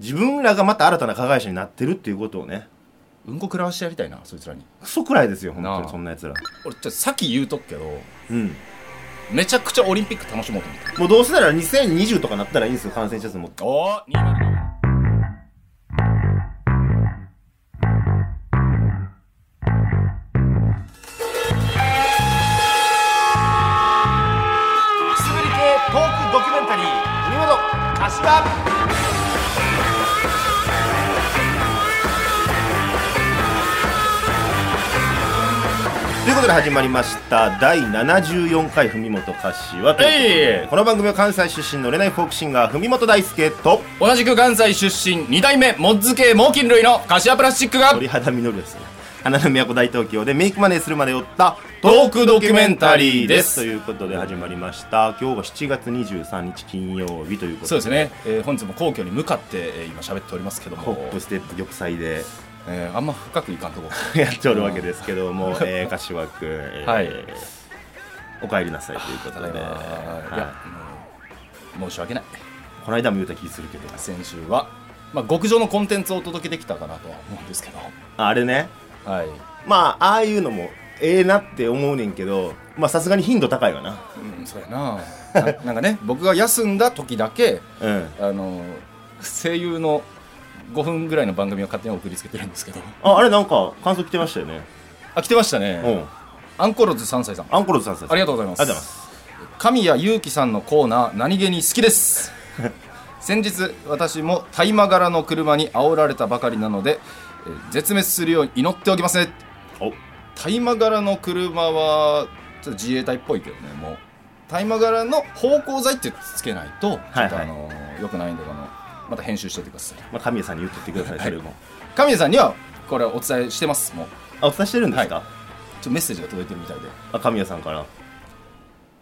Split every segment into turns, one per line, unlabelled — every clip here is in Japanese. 自分らがまた新たな加害者になってるっていうことをね
うんこ食らわしてやりたいなそいつらに
クソくらいですよ本
な
当に
あ
そんなやつら
俺ちょっとさっき言うとくけど
うん
めちゃくちゃオリンピック楽しもうと思った
もうどうせなら2020とかなったらいいんですよ感染者数も
おー2
くすぶり系トークドキュメンタリー海本柏
ということで始まりました第74回文元柏ということで
えい
この番組は関西出身の売れないフォークシンガー文元大輔と
同じく関西出身2代目モッズ系猛禽類の柏プラスチックが
鳥肌実るですね花の都大東京でメイクマネーするまで追った
トークドキュメンタリーです
ということで始まりました今日が7月23日金曜日ということで
そうですね、えー本日も皇居に向かって、えー今喋っておりますけど
ホ
も
ッ、プステップ玉砕で
えーあんま深くいかんとこ
やっておるわけですけども、えー、柏君、えー
はい
お帰りなさいということ
ただい
で、
ま、いや
は
もう申し訳ない
い、この間も言った気するけど
先週は、まあ、極上のコンテンツをお届けできたかなとは思うんですけど
ああれね
はい
まあああいうのもええなって思うねんけどまあさすがに頻度高いわな
うんそうやなな なんかね僕が休んだ時だけ
うん
あの声優の5分ぐらいの番組を勝手に送りつけてるんですけど
ああれなんか感想来てましたよね
あ来てました
う
ね
ん
アンコロズ3歳さん
アンコロズさんさ
ありがとうございます
ありがとうございます
神谷祐希さんのコーナー何気に好きです 先日私も大麻柄の車に煽られたばかりなのでえー絶滅するように祈っておきますね
お
大麻柄の車はちょっと自衛隊っぽいけどねもう大麻柄の芳香剤ってつけないとちょっとあのよくないんでこのまた編集しておいてください
まあ、神谷さんに言っとってください、それも。
神谷さんにはこれはお伝えしてますもう
あ、お伝えしてるんですか、
はちょっとメッセージが届いてるみたいで
あ神谷さんから。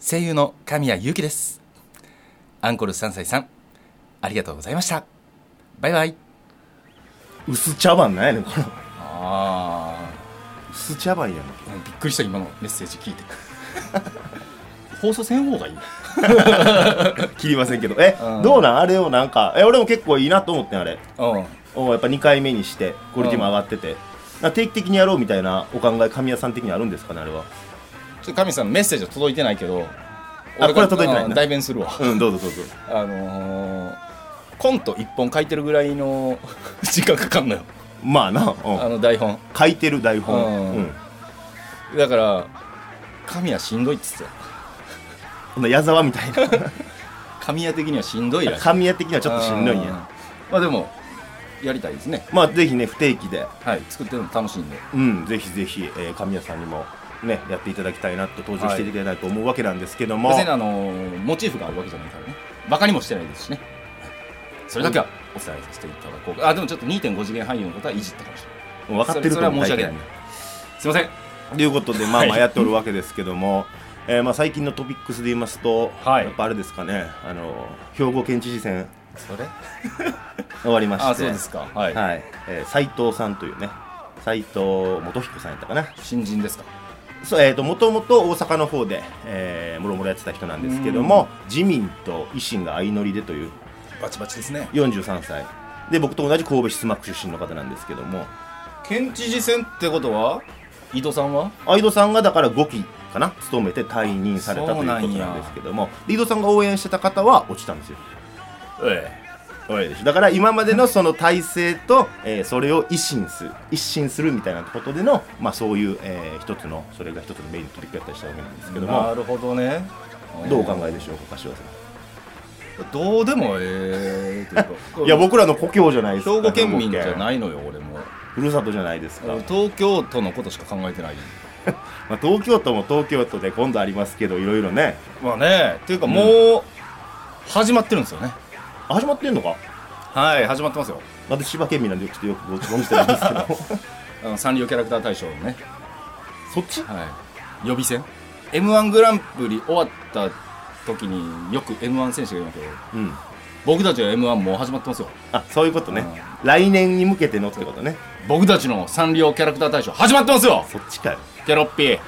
声優の神谷ゆうきですアンコール3歳さんありがとうございましたバイバイ
薄茶番なんやねん、この。
あ
薄茶番やねん。
あびっくりした今のメッセージ聞いて放送せん方がいい
切りませんけど。え、
うん
どうなんあれをなんか、え、俺も結構いいなと思ってん、あれ。
うん
おやっぱ2回目にして、クオリティも上がってて。な定期的にやろうみたいなお考え、神谷さん的にあるんですかね、あれ は。
ちょっと神さんのメッセージは届いてないけど
あ
俺が
これは届いてないな
うん代弁するわ
うん、どうぞどうぞ。
あのーコント1本書いてるぐらいの 時間かかんのよ
まあな、う
あ
ん。
の台本
書いてる台本。
うん
うん。
だから神谷しんどいっつってた
こんな矢沢みたいな。
神谷的にはしんどいらしい
神谷的にはちょっとしんどいん
あ
や。
ーまあでもやりたいですね
まあ、ぜひね、不定期で。
はい作ってるの楽しいんで
うん、ぜひぜひ、えー神谷さんにも。ね、やっていただきたいなと登場していただきたいなと思うわけなんですけども、
別にあのーモチーフがあるわけじゃないからねバカにもしてないですしねそれだけはお伝えさせていただこうかあでもちょっと2.5次元俳優のことはいじったかもしれない
分かってると思う
それそれは申し訳ないすいません
ということで、まあま
は
あ
い
やっておるわけですけども、えーまあ最近のトピックスで言いますと、
はい
やっぱあれですかね、あの兵庫県知事選
それ
終わりまして、
あそうですかはい、
はい、えー斉藤さんというね、斉藤元彦さんやったかな。
新人ですか
そうえっ、ともともと大阪の方で、えー、もろもろやってた人なんですけども、自民と維新が相乗りでという
バチバチですね
43歳。で僕と同じ神戸市須磨区出身の方なんですけども
県知事選ってことは伊藤さんは
相戸さんがだから5期かな務めて退任されたということなんですけどもで井戸さんが応援してた方は落ちたんですよ
え
そうですだから今までのその体制と、えーそれを一新する一新するみたいなことでの、まあ、そういう、えー一つのそれが一つのメリットでやったりしたわけなんですけど
な
も
るほどね
どうお考えでしょうか柏さ
どうでもええと いうか
んいや僕らの故郷じゃないですか
兵庫県民じゃ
い
ないのよ俺も
ふるさとじゃないですか、
東京都のことしか考えてない
まあ、東京都も東京都で今度ありますけどいろいろね
まあねっていうかもう始まってるんですよね
あ始まってんのか
はい始まってますよ
私千葉県民なんでちょっとよくご存知てないんですけ ど
あのサンリオキャラクター大賞のね、
そっち
はい、予備選 m 1グランプリ終わった時によく m 1選手がいますけど
うん
僕たちは m 1もう始まってますよ
あそういうことね来年に向けてのってことね
僕たちのサンリオキャラクター大賞始まってますよ
そっちかよ
ケロッピー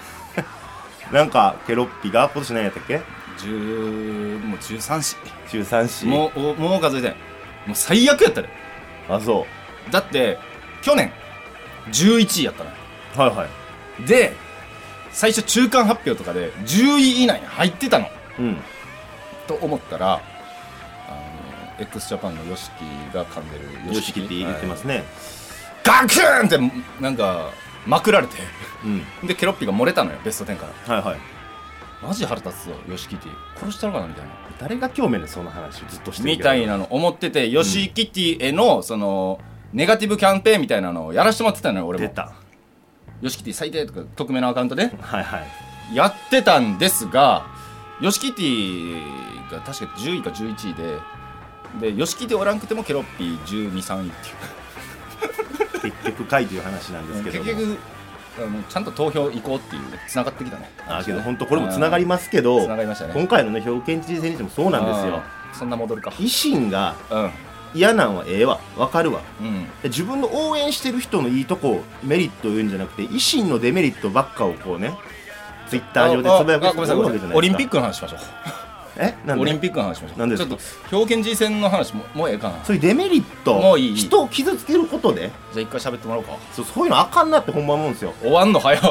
なんかケロッピが今年何やったっけ
10もう13
中3子
子もうおもう数えてんもう最悪やったで
あそ
だって去年11位やったのよ
うはいはい
で最初中間発表とかで10位以内に入ってたの
うん
と思ったらあの x ジャパンの YOSHIKI が噛んでる、
よしきって言ってますすね、
はいガクーンってなんかまくられて
うん
でケロッピが漏れたのよベスト10から
はいはい
マジ腹立つぞ YOSHIKI って殺したのかなみたいな
誰が興味ねその話ずっとしてる
み
けど
たいなの思ってて、ヨシキティへの、その、ネガティブキャンペーンみたいなのをやらしてもらってたのよ、俺
出
も。
た
ヨシキティ最低とか、匿名のアカウントで
はいはい
やってたんですが、ヨシキティが確か10位か11位で、で、ヨシキティおらんくてもケロッピー12、3位っていう。
結局かいという話なんですけど
結
も
局、あのちゃんと投票行こうっていう、繋がってきたね。
あけど本当これもつながりますけど、
つながりましたね
今回のね兵庫県知事選にしてもそうなんですよ
あー。そんな戻るか。
維新が
う
嫌なんはええわわかるわ
ん。うん。
で自分の応援してる人のいいとこメリットを言うんじゃなくて維新のデメリットばっかをこうねツイッター上で
ああ
つぶやく
あごめんなさいごめんなさい、オリンピッ
ク
クの話しましょう。
えなんで
オリンピックの話しましょう。
なんです
ちょ
か
っと、強権 G 戦の話も、もうええかな。じゃ
そういうデメリット
もういい
人を傷つけることで
あ一回喋ってもらおうか。
そうそういうのあかんなってほんま思うんですよ
終わんの早っ。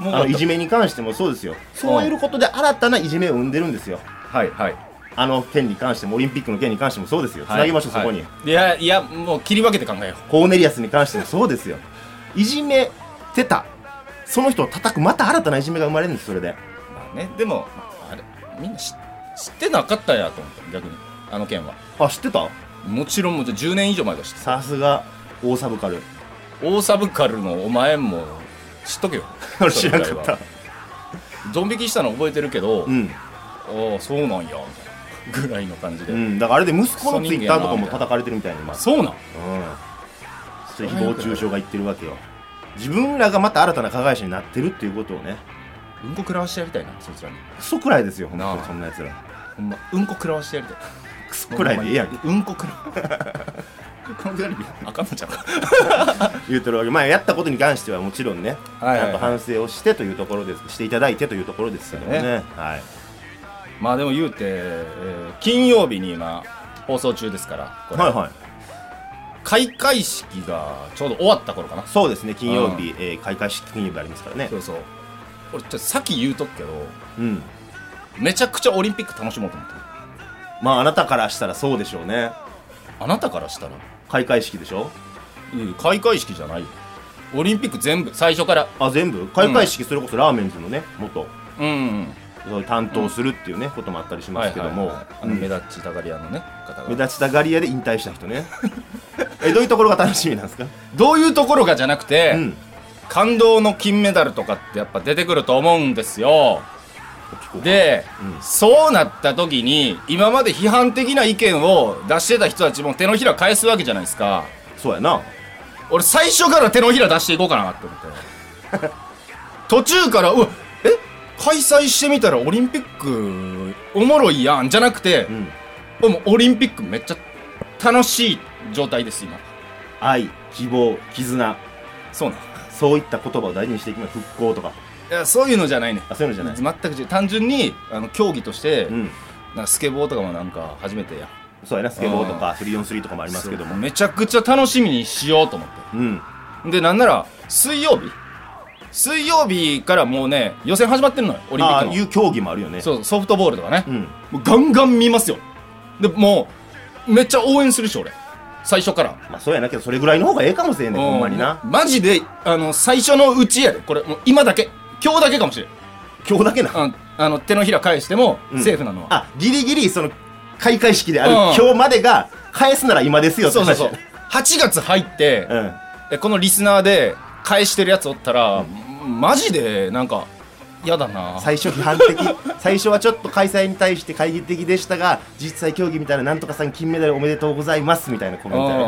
も う
あのいじめに関してもそうですよそういうことで新たないじめを生んでるんですよ
はいはい。
あの件に関してもオリンピックの件に関してもそうですよつなげましょう、
はい
そこに、
はいいや、いや、もう切り分けて考えよ
コーネリアスに関してもそうですよいじめてたその人を叩くまた新たないじめが生まれるんですそれで
う。まあね、でも、あれ、みんな知知ってなかったんやと思った、逆に。あの件は。
あ知ってた
もちろんもう10年以上前だし、
さすが大サブカル。
大サブカルのお前も知っとけよ
俺知らなかっ
それ
た
ぐらいは。ドン引きしたの覚えてるけど、
うん、
ああ、そうなんや、みたいな。ぐらいの感じで。
うん、だからあれで息子のツイッターとかも
クソ人間やな
叩かれてるみたいにまあ
そうなん
うんそれ誹謗中傷が言ってるわけよ自分らがまた新たな加害者になってるっていうことをね
うんこ食らわしてやりたいな、そいつらに。
クソくらいですよ本当
な
に
あ
そんなやつら
ほんま、うんこ食らわしてやりたい。
クソくらいでええやん
うんこ くらこのくらいであかんのちゃうか
言うてるわけまあやったことに関してはもちろんね、
はいはいは
ち
い
ゃんと反省をしてというところですしていただいてというところですけどもね
そう
はい
まあでも言うて、えー金曜日に今放送中ですからこれ
はいはい
開会式がちょうど終わった頃かな
そうですね金曜日、えー開会式金曜日ありますからね
そうそう俺ちょっとさっき言うとくけど
うん
めちゃくちゃオリンピック楽しもうと思ってる
まああなたからしたらそうでしょうね
あなたからしたら
開会式でしょ
いやいや開会式じゃないよオリンピック全部最初から
あ全部開会式それこそラーメンズのね元
うんうん
そう担当するっていうね、こともあったりし
うん
ますけども、
はいはいはいあの
うん
目立ちたがり屋のね方が
目立ちたがり屋で引退した人ねえどういうところが楽しみなんですか、
どういうところがじゃなくて、
うん
感動の金メダルとかってやっぱ出てくると思うんですよで、
うん
そうなった時に今まで批判的な意見を出してた人たちも手のひら返すわけじゃないですか
そうやな
俺最初から手のひら出していこうかなって思って 途中からうわえ開催してみたらオリンピックおもろいやんじゃなくて
う、ん
もうオリンピックめっちゃ楽しい状態です今
愛希望絆
そうね
そういった言葉を大事にしていきましょう復興とか
いやそういうのじゃないね
あそういうのじゃない、
全く違う単純にあの競技として、
うん、
なんかスケボーとかもなんか初めてやあ
そうやなスケボーとか343とかもありますけども
めちゃくちゃ楽しみにしようと思っ
うん
てでなんなら水曜日水曜日からもうね予選始まってるのよオリンピッ
あ
ク
あ
の
いう競技もあるよねう、
そうソフトボールとかね、
ん、
もうガンガン見ますよでもうめっちゃ応援するし俺最初から
まあそうやなけどそれぐらいの方がええかもしれんね
うん
ほんまにな
マジであの最初のうちやでこれもう今だけ今日だけかもしれん
今日だけな
ああの手のひら返しても
うん
セーフなのは、
あギリギリその開会式である、
うん
今日までが返すなら今ですよって
そうそう
話
そう8月入って、
うん
えこのリスナーで返してるやつおったら、マジでなんか嫌だな
最初批判的 最初はちょっと開催に対して懐疑的でしたが実際競技みたいななんとかさん金メダルおめでとうございますみたいなコメントやね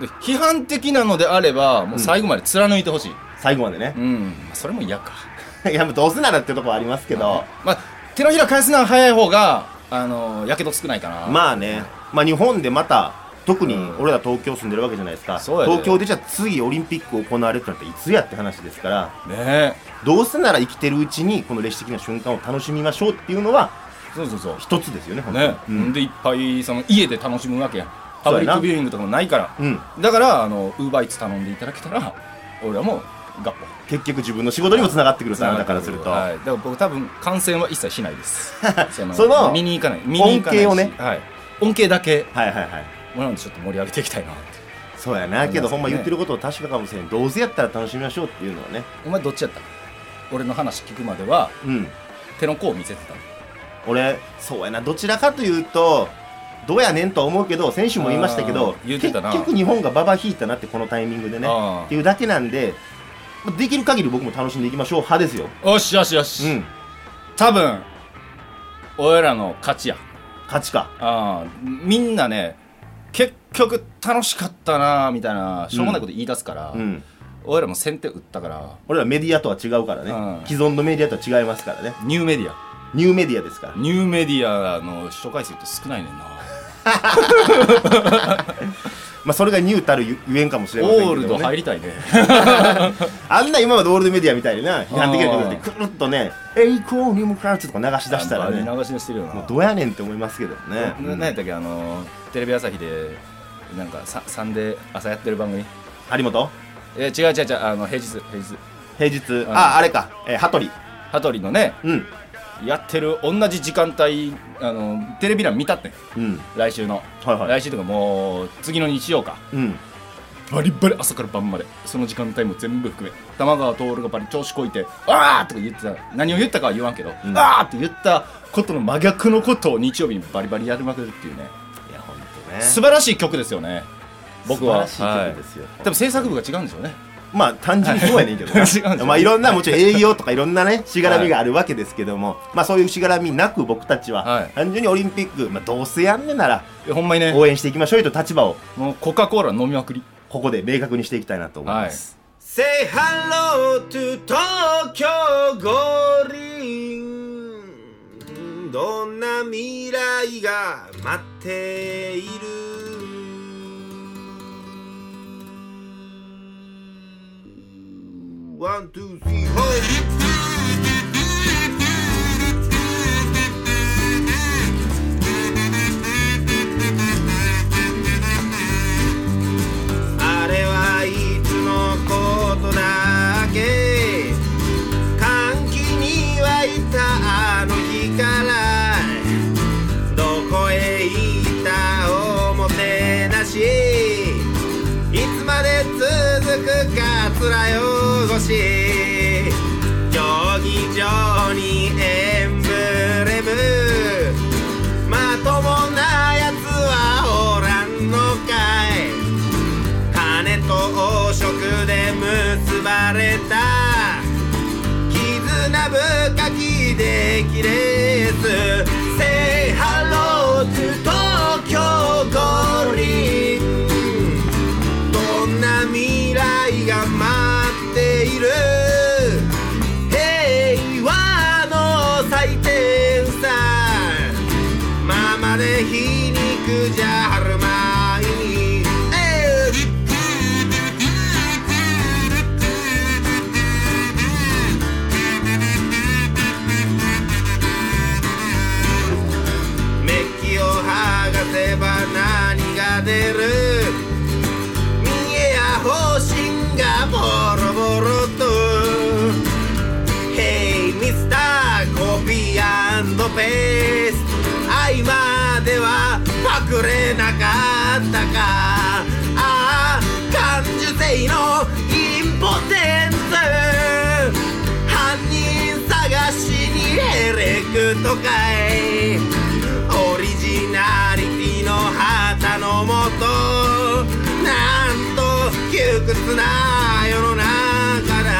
うんで批判的なのであればもう最後まで貫いてほしい、
最後までね
うん、まあそれも嫌か
いやもうどうせならってとこはありますけど
まあ、手のひら返すのは早い方があのやけど少ないかな、
まあねまあ日本でまた特に
うん
俺ら東京住んでるわけじゃないですか、
そうやで
東京でじゃあ次オリンピック行われるってなったらいつやって話ですから
ねえ
どうせなら生きてるうちにこの歴史的な瞬間を楽しみましょうっていうのは
そうそうそう
一つですよね本当に
ね、
うん
でいっぱいその家で楽しむわけやんパブリッ
そうやな
クビューイングとかもないから
うん
だからあのウーバーイーツ頼んでいただけたら俺はもうガッポ
結局自分の仕事にもつながってくるさあなたからすると、
はい、だから僕多分感染は一切しないですそ の
その
見に行かない見に行かないし
恩恵をね
はい、恩恵だけ
はいはいはい
もらうんでちょっと盛り上げていきたいなって
そうやなけどほんま言ってることは確かかもしれんどうせやったら楽しみましょうっていうのはね
お前どっちやった俺の話聞くまでは
うん
手の甲を見せてたの
俺そうやなどちらかというとどうやねんとは思うけど先週も言いましたけ
あ
ど
ー言ってたな
結局日本がババ引いたなってこのタイミングでね
あー
っていうだけなんでまあできる限り僕も楽しんでいきましょう派ですよ
よしよしよし、
うん
多分俺らの勝ちや
勝ちか
あーみんなね結局楽しかったなーみたいなしょうもないこと言い出すから、
うん
俺らも先手打ったから
俺らメディアとは違うから
うん
ね既存のメディアとは違いますからね
ニューメディア
ニューメディアですから
ニューメディアの視聴回数って少ないねんな
まあそれがニューたるゆゆえんかもしれませんけ
オ
ど
ー
ね
ルド入りたいね
あんな今までオールドメディアみたいにな批判できることでくるっとね「栄光ニウムクラウチ」とか流し出したらね
流し出してるよな
もうどうやねんって思いますけどね
ななんやったっけあのテレビ朝日でなんかササンデー朝やってる番組
張本
え違う違う違うあの平日平日
平日ああれか、えー、羽鳥
羽鳥のね
うん
やってる同じ時間帯あのテレビ欄見たってん
うん
来週の、
はいはい
来週とかもう次の日曜か
うん
バリバリ朝から晩までその時間帯も全部含め玉川徹がバリ調子こいて「あー!」とか言ってた何を言ったかは言わんけど「
うん
あー!」って言ったことの真逆のことを日曜日にバリバリやりまくるっていうね
いや本当ね
素晴らしい曲ですよね僕は
素晴らしい曲ですよ
はい多分制作部が違うんでしょうね
まあ 単純にそうやねんけどな
違うんですよ
まあいろんなもちろん営業とかいろんなねしがらみがあるわけですけども、まあそういうしがらみなく僕たちは、
はい
単純にオリンピック、まあ、どうせやんねんなら
いやほんまにね
応援していきましょうよと立場を
もうコカ・コーラ飲みまくり
ここで明確にしていきたいなと思います、
Say hello to Tokyo 五輪どんな未来が待っているワン、ツー、スリー、フォーあれはいつのことだっけ歓喜にはいたあの日からどこへ行ったおもてなしいつまで続くかつらよごし競技場にエンブレムまともなやつはおらんのかい金と汚職で結ばれた絆深きできれず Say hello to 東京五輪どんな未来が待っている平和の祭典さままで皮肉じゃあるまいに、えいメッキを剥がせば何が出る見えや方針がボロボロと Hey Mr. コピーペース愛まではパクれなかったかああ感受性のインポテンツ犯人探しにヘレクとかいオリジナリティの旗のもとなんと窮屈な世の中だ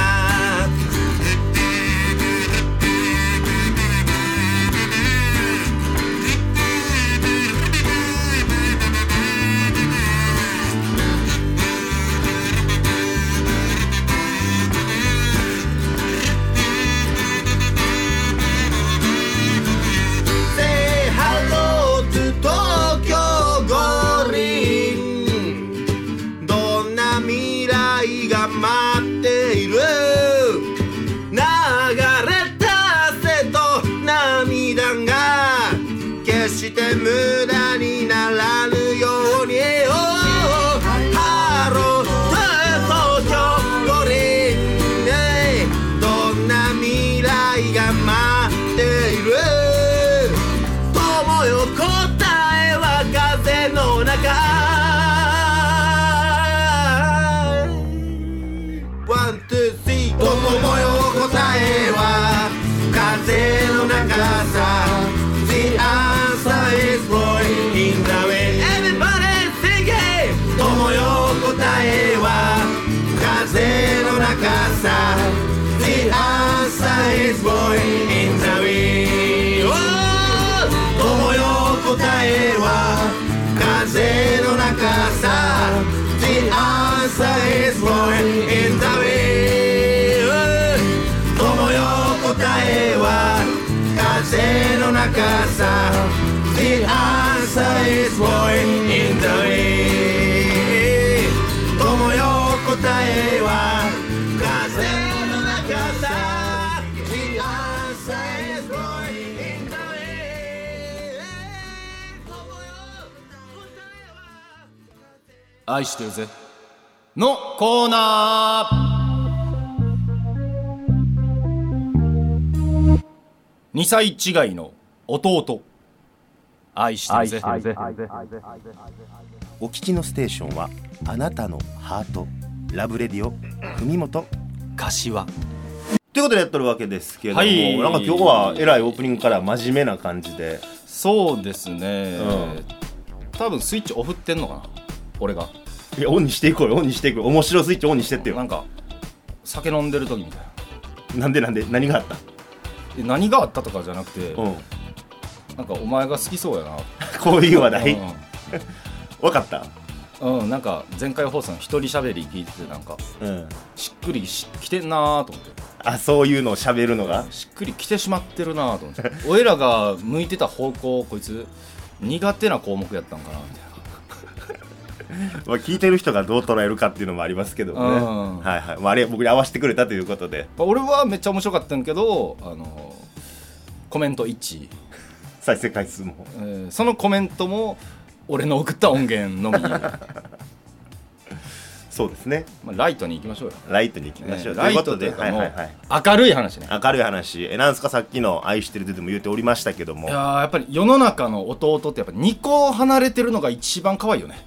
「Say hello to 東京五輪」「どんな未来が待友よ答えは風の中さ The answer is boy in the wind 友よ答えは風の中さ The answer is boy in the wind 友よ答えは風の中さ The answer is boy in the way 友よ答えは風の中さ The answer is boy in the way 友よ答えは
愛してるぜのコーナー2歳違いの弟愛してるぜ
お聞きのステーションはあなたのハートラブレディオ文元
柏
ということでやっとるわけですけども、
はい
なんか今日はえらいオープニングから真面目な感じで
そうですね、
うん
多分スイッチオフってんのかな俺が
いやオンにしていこうよオンにしていこう面白スイッチオンにしてって
な
よ
んか酒飲んでる時みたいな
なんでなんで何があった
え何があったとかじゃなくて、
うん
なんかお前が好きそうやな
こういう話題わかった
うん、うん、なんか前回放送の一人喋り聞いててなんか
うん
しっくりしきてんなーと思って
あそういうのを喋るのが
しっくりきてしまってるなぁと思って俺らが向いてた方向こいつ苦手な項目やったんかなみ
まあ、聞いてる人がどう捉えるかっていうのもありますけどもね、
うん
はいはいまあ、あれ僕に合わせてくれたということで
たいな俺はめっちゃ面白かったんやけどあのコメント1位、
再生回数も
えーそのコメントも俺の送った音 源のみま
そうですね
あライトに行きましょうよ、
ライトに行きましょう、
ねライト
と
と
い
いうう
ことで、
か
はい
も
はいはいう
明るい話ね
明るい話えなんすかさっきの「愛してる」ででも言っておりましたけども
いやーやっぱり世の中の弟ってやっぱ2個離れてるのが一番可愛いよね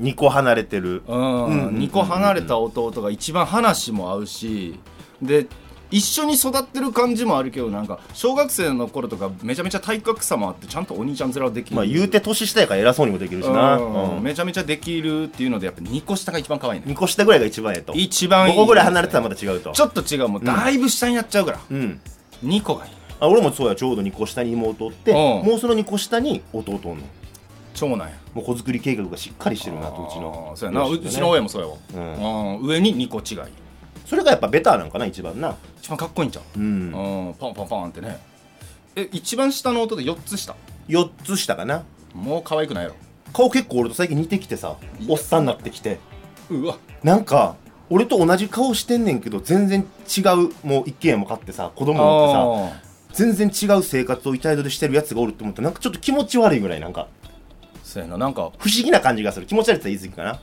2個離れてる、
うん
うんうんうん
2個離れた弟が一番話も合うしで一緒に育ってる感じもあるけどなんか小学生の頃とかめちゃめちゃ体格差もあってちゃんとお兄ちゃん面はできる、
まあ言うて年下やから偉そうにもできるし
うん
な、うん
めちゃめちゃできるっていうのでやっぱ2個下が一番可愛いね
2個下ぐらいが一番ええと
一番いい
5個ぐらい離れてたらまた違うと
ちょっと違うもうだいぶ下になっちゃうから、
うん
2個がいい
あ俺もそうやちょうど2個下に妹おって、
うん
もうその2個下に弟おんの
長男や
もう子作り計画がしっかりしてるなとうちの
あーそうやなう
両親がね
うちの親もそうやわ、うん上に2個違い
それがやっぱベターなんかな一番な
一番かっこいいんちゃう、
うん
うん、パンパンパンってねえ一番下の弟で4つ下
4つ下かな
もう可愛くないやろ
顔結構俺と最近似てきてさおっさんになってきて
うわ
なんか俺と同じ顔してんねんけど全然違うもう一軒家も買ってさ子供もおってさ
あ
全然違う生活を痛い度でしてるやつがおるって思ったらなんかちょっと気持ち悪いぐらいなんか
ーそうやななんか
不思議な感じがする気持ち悪いって言い過ぎかな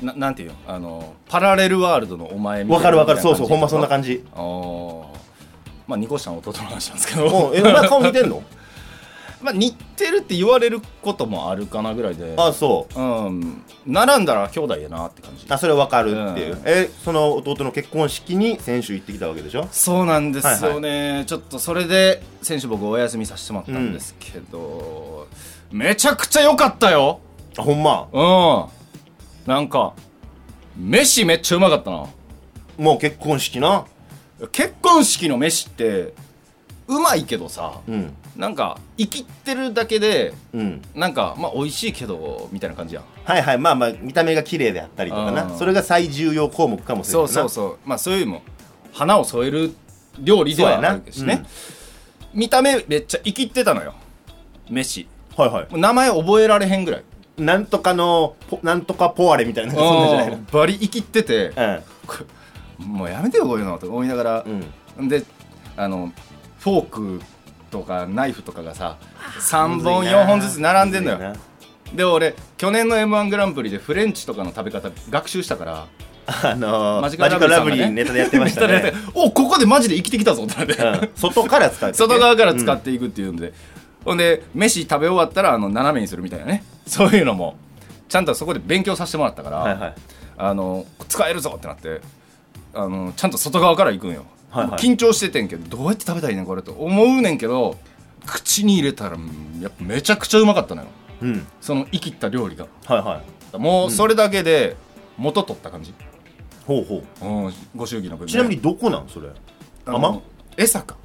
ななんていうのあのパラレルワールドのお前みたい
わ
な
かるわかるそうそうほんまそんな
じ
感じ
あーまあニコシャン弟の話なんですけど
うんえお前顔似 てんの
まあ似てるって言われることもあるかなぐらいで
あそう
うん並んだら兄弟やなって感じ
あそれわかるっていう、
うん
えその弟の結婚式に先週行ってきたわけでしょ
そうなんですよね、ちょっとそれで選手僕お休みさせてもらったんですけど、めちゃくちゃ良かったよ
あほんま
うんなんか飯めっちゃうまかったな
もう結婚式な
結婚式の飯ってうまいけどさ、
うん
なんか生きってるだけで
うん
なんかまあ美味しいけどみたいな感じやん
はいはいまあまあ見た目が綺麗であったりとか
あ
な
ー
それが最重要項目かもしれ
そ
ないうな
そうそうまあそういうよりも花を添える料理ではあるしね、見た目めっちゃ生きってたのよ飯
はいは
もう名前覚えられへんぐらい
いなんとかのポなんとかポアレみたいな そんなんじゃない
うんバリ生きってて
の
これもうやめてよこういうのと思いながら
うん、
であのフォークとかナイフとかがさ3
む
本
ずいな
4本ずつ並んでんの
むずい
よ
な
で俺去年の m 1グランプリでフレンチとかの食べ方学習したから
あのー、マ
マ
ジ
ジ
カ
カ
ル
ル
ラ
ラ
ブ
ブ
リ
リー
ー
さんがね
ネタでやってま したね
おここでマジで生きてきたぞってなって、
うん外から使う
外側から使
う
っていくっていうんで、ほんで飯食べ終わったらあの斜めにするみたいなねそういうのもちゃんとそこで勉強させてもらったから、
んはいはい
あの使えるぞってなってあのちゃんと外側から行くんよ、
はいはい
緊張しててんけどどうやって食べたらいいねんこれと思うねんけど口に入れたらやっぱめちゃくちゃうまかったのよ
うん
その生きった料理が
はいはい
ったもうそれだけで元取った感じ、
ほうほう
うん、ご祝儀の分、ね、
ちなみにどこなんそれ
あの
浜
江坂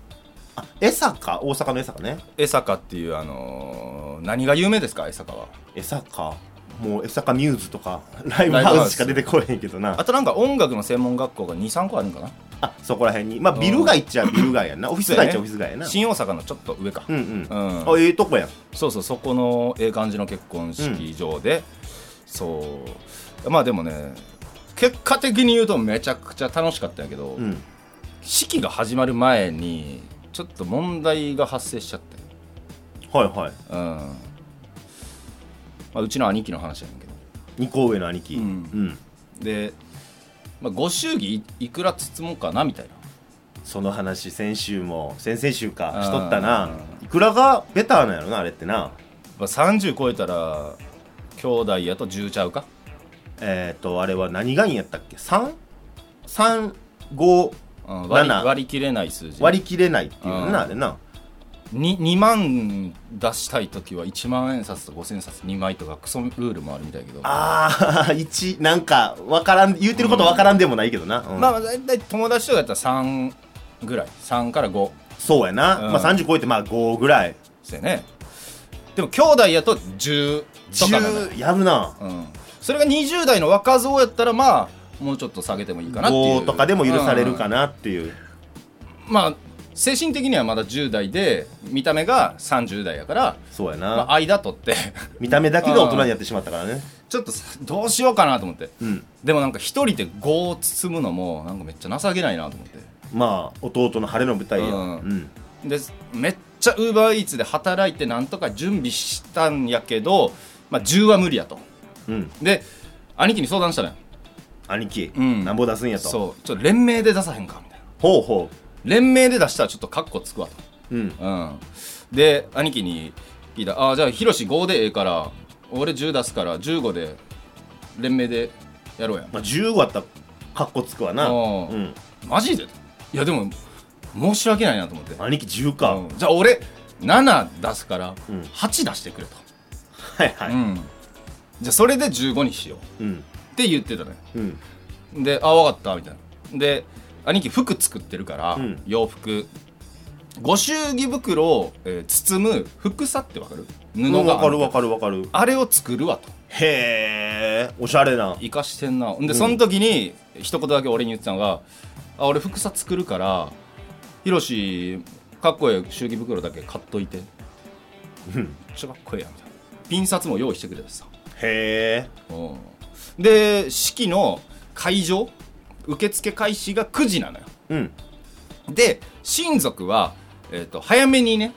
あ江坂大阪の江坂ね
江坂っていうあのー何が有名ですか江坂は
江坂もう江坂ミューズとか ライブハウスしか出てこえへんけどな
あとなんか音楽の専門学校が23個あるんかな
あそこら辺にまあビル街っちゃビル街やんなオフィス街っちゃオフィス街やな
新大阪のちょっと上か、
うんうん
うん
あええとこやん
そうそうそこのええ感じの結婚式場で、そうまあでもね結果的に言うとめちゃくちゃ楽しかったんやけど、
うん
式が始まる前にちょっと問題が発生しちゃって
はいはい
うん、まあ、うちの兄貴の話やねんけど
二個上の兄貴
う
うんん
で、まあ、ご祝儀いいくら包もうかなみたいな
その話先週も先々週
あ
か
ー
しとったないくらがベターなんやろなあれってな
まあ、30超えたら兄弟やと10ちゃうか
えっとあれは何がいいんやったっけ ?3?3?5
うん割り
7
割り切れない数字
割り切れないっていうのな
あー
あれな
2, 万出したい時は1万円札と5千札2枚とかクソルールもあるみたいやけど
あ あ1なんかわからん言うてることわからんでもないけどなうん
まあまあ大体友達とかやったら3ぐらい3から5
そうやな、
うん
まあ、30超えてまあ5ぐらい
ですよねでも兄弟やと10とかなのよ
10やるな
うん、それが20代の若造やったらまあもうちょっと下げてもいいかなっていう
5とかでも許されるか
な、
なっていう、
うんまあ精神的にはまだ10代で見た目が30代やから、
そうやな、
まあ、間取って
見た目だけで大人になってしまったからね
ちょっとさどうしようかなと思って
うん
でもなんか一人で5を包むのもなんかめっちゃ情けないなと思って
まあ弟の晴れの舞台や、
う
うんん
でめっちゃウーバーイーツで働いてなんとか準備したんやけど、まあ、10は無理やと
うん
で兄貴に相談したのよ
兄貴、
うん
なんぼ出すんやと
そうちょっと連名で出さへんかみたいな
ほうほ
連名で出したらちょっとカッコつくわと
ううん
うん、で兄貴に聞いた「ああじゃあヒロシ5でええから俺10出すから15で連名でやろうやん
まあ15あったらかっこつくわな、
あ
う
ー
ん、」
マジでいやでも申し訳ないなと思って、
兄貴10か、
うんじゃあ俺7出すから
うん
8出してくれと、
はいはい、
うんじゃあそれで15にしよう
うん
って言ってたね
うん
で「あ分かった」みたいなで兄貴服作ってるから、
うん
洋服ご祝儀袋を、えー包む服さってわかる布があ
わ、かる
わ
わかるわかる
あれを作るわと
へえおしゃれな
生かしてんなで、その時に一言だけ俺に言ってたのが「あ俺服さ作るからヒロシかっこええ祝儀袋だけ買っといてめっ
うん
ちゃかっこええやん」みたいなピン札も用意してくれてさ
へえ
うんで式の会場受付開始が9時なのよ
うん
で親族は、えー、と早めにね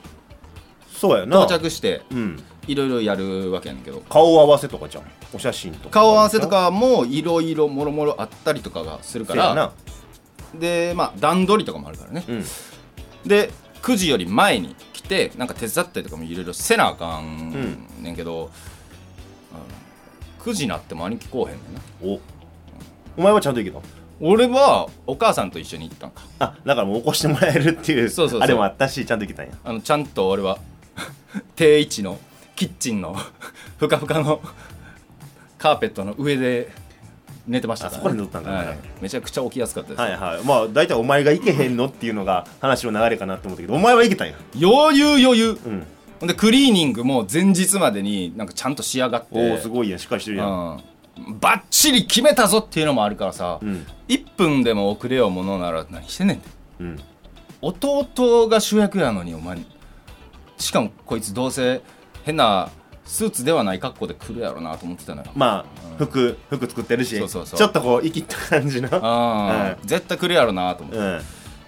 そうやな
到着して
うん
いろいろやるわけやねんけど
顔合わせとかじゃんお写真とか
顔合わせとかもいろいろもろもろあったりとかがするか
せや
ら
な
でまあ段取りとかもあるからね
うん
で9時より前に来てなんか手伝ったりとかもいろいろせなあかんねんけど、あの9時になっても兄貴来おへんねんな
おお前はちゃんと行けた
俺はお母さんと一緒に行ったんか
あだからもう起こしてもらえるっていう
そうそうそう
あれもあったしちゃんと行けたんや
あのちゃんと俺は 定位置のキッチンの ふかふかのカーペットの上で寝てましたから、
あそこで寝とったんだ
はいめちゃくちゃ起きやすかったです、
はいはいまあ大体お前が行けへんのっていうのが話の流れかなと思ったけどお前は行けたんや
余裕余裕、
うん
ほんでクリーニングも前日までになんかちゃんと仕上がって
おおすごいやんしっかりしてるやん
うん、バッチリ決めたぞっていうのもあるからさ、
うん
1分でも遅れようものなら何してんねんて
うん
弟が主役やのにお前しかもこいつどうせ変なスーツではない格好で来るやろなと思ってたのよ、
まあ服服作ってるし
そうそうそう
ちょっとこう生きった感じの
あー絶対来るやろなと思っ
う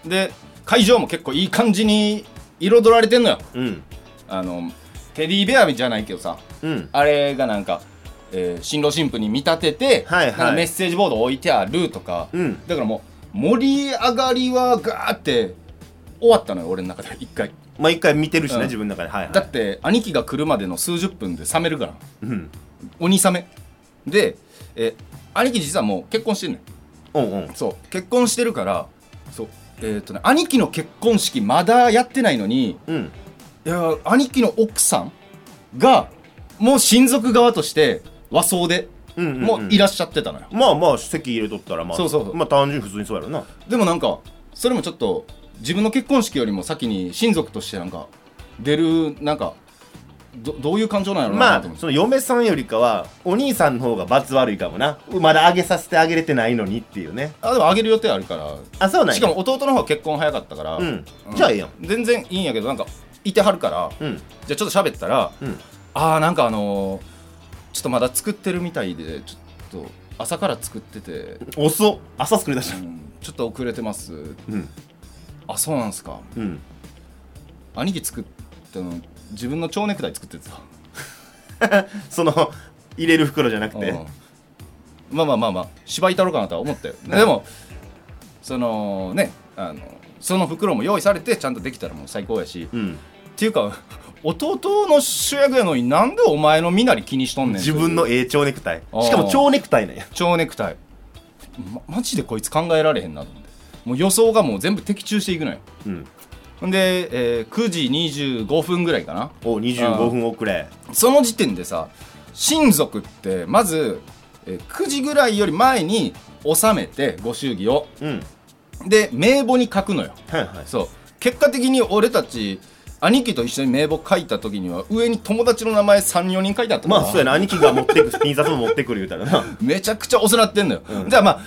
て、
ん
で会場も結構いい感じに彩られてんのよ
うん
あのテディベアじゃないけどさ
うん
あれがなんか、えー新郎新婦に見立てて、
はいはい
なんかメッセージボード置いてあるとか、
うん
だからもう盛り上がりはガーって終わったのよ俺の中で一回
まあ一回見てるし
うん
ね自分の中ではいは
だ
い
って兄貴が来るまでの数十分で冷めるから
うん
鬼冷めで、えー兄貴実はもう結婚してんねん
うんうん
そう結婚してるからそうえーっ、とね兄貴の結婚式まだやってないのに
うん
いや兄貴の奥さんがもう親族側として和装で
うんうんうん
もいらっしゃってたのよ
まあまあ席入れとったらまあ
そうそうそう
まあ単純に普通にそうやろな
でもなんかそれもちょっと自分の結婚式よりも先に親族としてなんか出るなんかどどういう感情なんやろう
ま
な
あ
と思って、
その嫁さんよりかはお兄さんの方が罰悪いかもなまだ上げさせてあげれてないのにっていうね
あ、でもあげる予定あるから
あそうなんや
しかも弟の方が結婚早かったから、
うんじゃあええやん
全然いいんやけどなんかいてはるから、
うん
じゃあちょっと喋ったら、
うん
ああなんかあのーちょっとまだ作ってるみたいでちょっと朝から作ってて、
遅っ朝作り出し
う
た
んちょっと遅れてます
うん
あそうなんすか
うん
兄貴作ったの自分の蝶ネクタイ作ってた
その入れる袋じゃなくて
うんまあまあまあまあ芝居たろうかなとは思ったよでもそのねあのその袋も用意されてちゃんとできたらもう最高やし、っ
うん
ていうか弟の主役やのになんでお前の身なり気にしとんねん
自分のええ蝶ネクタイ
あー
しかも蝶ネクタイなんや
蝶ネクタイ、ま、マジでこいつ考えられへんなと思ってもう予想がもう全部的中していくのよ
うん
ほんで、えー9時25分ぐらいかな
お25分遅れ
その時点でさ親族ってまず、えー9時ぐらいより前に納めてご祝儀を
うん
で名簿に書くのよ
はいはい
そう結果的に俺たち兄貴と一緒に名簿書いた時には上に友達の名前34人書いてあったか
ま
ら
あそうやな兄貴が持ってく 印刷も持ってくる言うたらな
めちゃくちゃ遅なってんのよ、じゃあまあ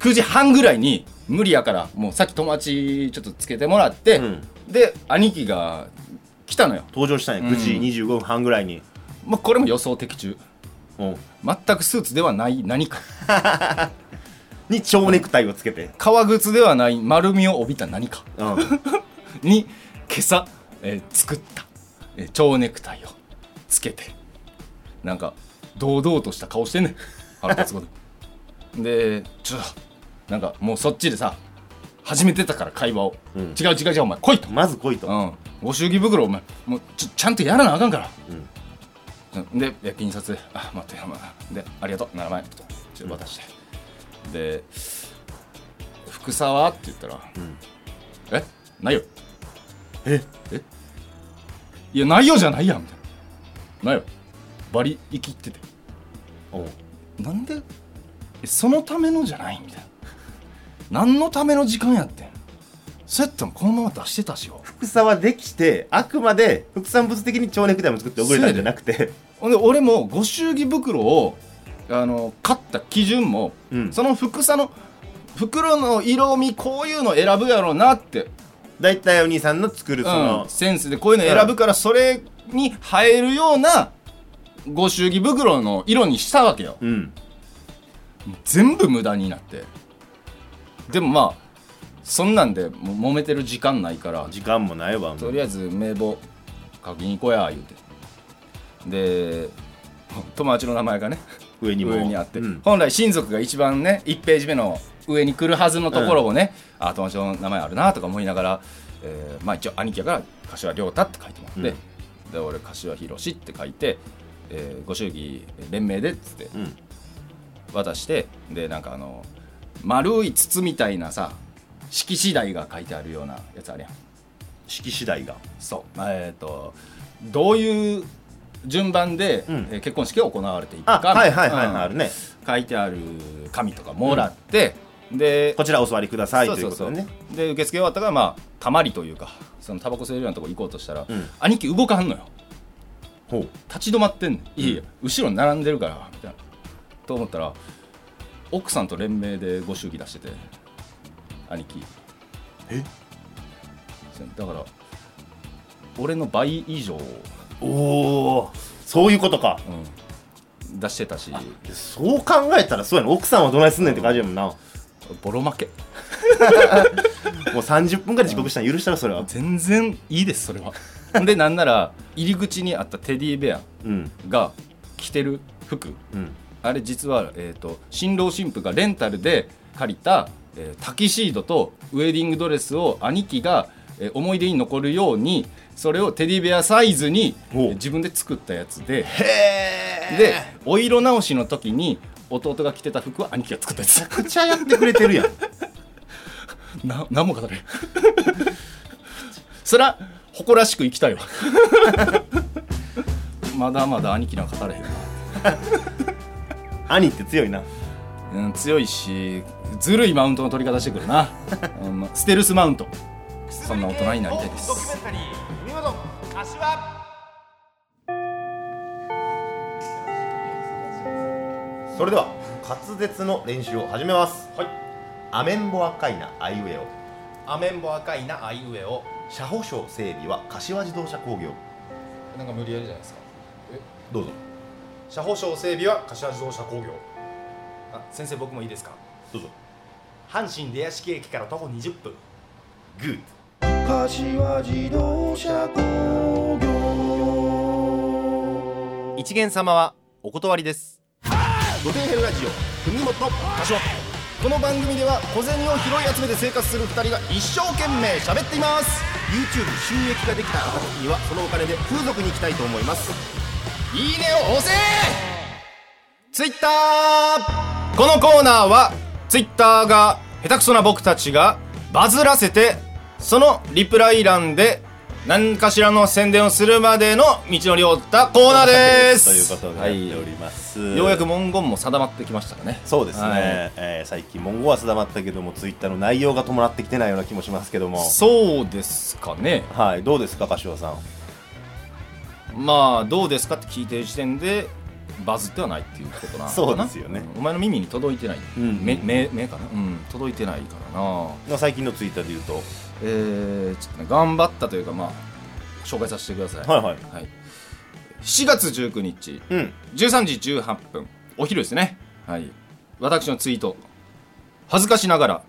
9時半ぐらいに無理やからもうさっき友達ちょっとつけてもらって、
ん
で兄貴が来たのよ
登場したんや9時
うん
25分半ぐらいに
まあこれも予想的中
うん
全くスーツではない何か
に蝶ネクタイをつけて
革靴ではない丸みを帯びた何か
うん
に今朝、えー作った、えー蝶ネクタイをつけてなんか堂々とした顔してんねん 腹立つことでちょっとなんかもうそっちでさ始めてたから会話を、
うん
違う違う違うお前来いと、
まず来いと
うん、ご祝儀袋お前もうちょちゃんとやらなあかんから、うんでえピン札あ待って、まあ、でありがとう7万円ちょっとちょっと渡して、で「福沢」って言ったら「えないよ」
え
えいやないよじゃないやんみたいな「ないよ」バリ生きってて
うん
なんでえそのためのじゃないみたいな何のための時間やってんそうやったらこのまま出してたしよ
福沢できてあくまで副産物的に蝶ネクタイも作って遅れたんじゃなくて
ほんで俺もご祝儀袋をあの買った基準も、
うん
その服さの袋の色味こういうの選ぶやろうなって、
大体お兄さんの作るそ
うん
の、
センスでこういうの選ぶからそれに映えるようなご祝儀袋の色にしたわけよ、
うん
全部無駄になってでもまあそんなんでも揉めてる時間ないから
時間もないわも
と
う
りあえず名簿書きに行こうや言うてで友達の名前がね
上にも
上にあって、
うん
本来親族が一番ね1ページ目の上に来るはずのところをね、あ友達の名前あるなとか思いながら、えーまあ一応兄貴やから柏亮太って書いてもらって、で俺柏宏って書いて、えーご祝儀連名でっつって
うん
渡してでなんかあの丸い筒みたいなさ色紙台が書いてあるようなやつあるやん
式次第が
そうえっ、とどういう順番で、
うん
えー結婚式が行われていく
あ
か
はいはいはいは
う
い
ん
あるね
書いてある紙とかもらって、で
こちらお座りください
そう
とい
そうう
こ
そ
と
う
でね
で受付終わったからまあたまりというかそのタバコ吸えるようなとこ行こうとしたら、
うん
兄貴動かんのよ
ほう
立ち止まってんのいいや後ろに並んでるからみたいなと思ったら奥さんと連名でご祝儀出してて兄貴
え
そうだから俺の倍以上、
おおそういうことか
うん出してたし
そう考えたらそうやな奥さんはどないすんねんって感じやもんなも
ボロ負け
う30分ぐらい遅刻したら許したらそれは
全然いいですそれは でなんなら入り口にあったテディベア
うん
が着てる服
うん
あれ実は、えー、と新郎新婦がレンタルで借りた、えータキシードとウェディングドレスを兄貴が、えー思い出に残るようにそれをテディベアサイズに、え
おう
ー自分で作ったやつで
へえ
でお色直しの時に弟が着てた服は兄貴が作ったや
めちゃくちゃやってくれてるや ん
つな何も語れん そら誇らしく生きたいわ まだまだ兄貴なんか語れへんな
兄って強いな
うん、強いしずるいマウントの取り方してくるな、うんステルスマウントそんな大人になりたいです
ドキュメンタリー見事柏
それでは滑舌の練習を始めますはいアメンボ赤いなアイウェオ
アメンボ赤いなあいうえを
車保証整備は柏自動車工業
なんか無理やりじゃないですか
どうぞ
車保証整備は柏自動車工業あ先生僕もいいですか
どうぞ
阪神出屋敷駅から徒歩20分
グッ
一元様はお断りです
ドデヘルラジオ国本柏
この番組では小銭を拾い集めて生活する2人が一生懸命喋っています
YouTube 収益ができた暁にはそのお金で風俗に行きたいと思います
いいねを押せツイッターこのコーナーはツイッターが下手くそな僕たちがバズらせてそのリプライ欄で何かしらの宣伝をするまでの道のりを追ったコーナーで
という
す
ことになっております、
ようやく文言も定まってきましたかね
そうですね、
はい
えー最近文言は定まったけどもツイッターの内容が伴ってきてないような気もしますけども
そうですかね
はいどうですか柏さん
まあどうですかって聞いてる時点でバズってはないっていうことなのかな
そうですよね
んお前の耳に届いてない、
うん
目目目かな、うん、届いてないからな
最近のツイッターで言うと
えー、ちょっとね頑張ったというかまあ紹介させてください
はいはい
はい、7月19日
うん
13時18分お昼ですねはい私のツイート恥ずかしながら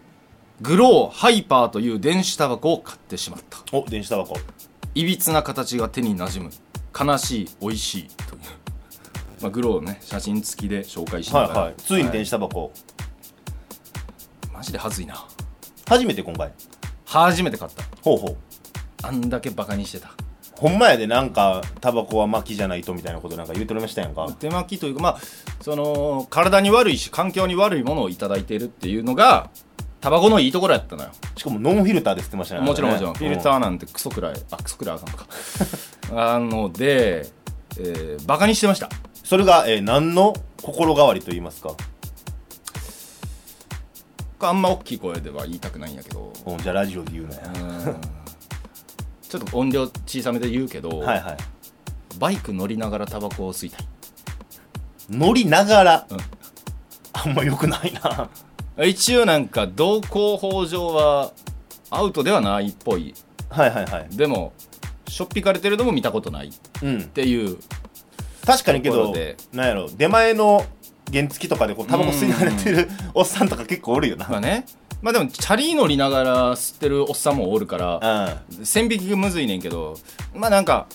グローハイパーという電子タバコを買ってしまった
お電子タバコ
いびつな形が手になじむ悲しい美味しいという、 まあ、グローをね写真付きで紹介しな
は
が
い
ら、
はいついに電子タバコ、
マジで恥ずいな
初めて今回
初めて買った
ほうほう
あんだけバカにしてた
ほんまやでなんかタバコは薪じゃないとみたいなことなんか言うておりましたやんか
手巻きというかまあその体に悪いし環境に悪いものを頂いただいているっていうのがタバコのいいところやったのよ
しかもノンフィルターですって言ってましたね
もちろんもちろん、フィルタ
ー
ーなんてクソくらい あクソくらいあかんのかなので、えー、バカにしてました
それが、えー何の心変わりと言いますか
あんま大きい声では言いたくないんやけど
うんじゃあラジオで言うなや
うーんちょっと音量小さめで言うけど、
はいはい
バイク乗りながらタバコを吸いたい
乗りながら、
うん
あんま良くないな
一応なんか道交法上はアウトではないっぽい
はいはいはい
でもしょっぴかれてるのも見たことないっ
うん
ていう
確かにけ
とこ
ど
ろで
なんやろ出前の原付とかでこうタバコ吸い慣れてるおっさんとか結構おるよな
まあねまあでもチャリ乗りながら吸ってるおっさんもおるから
う
線引きがむずいねんけどまあなんか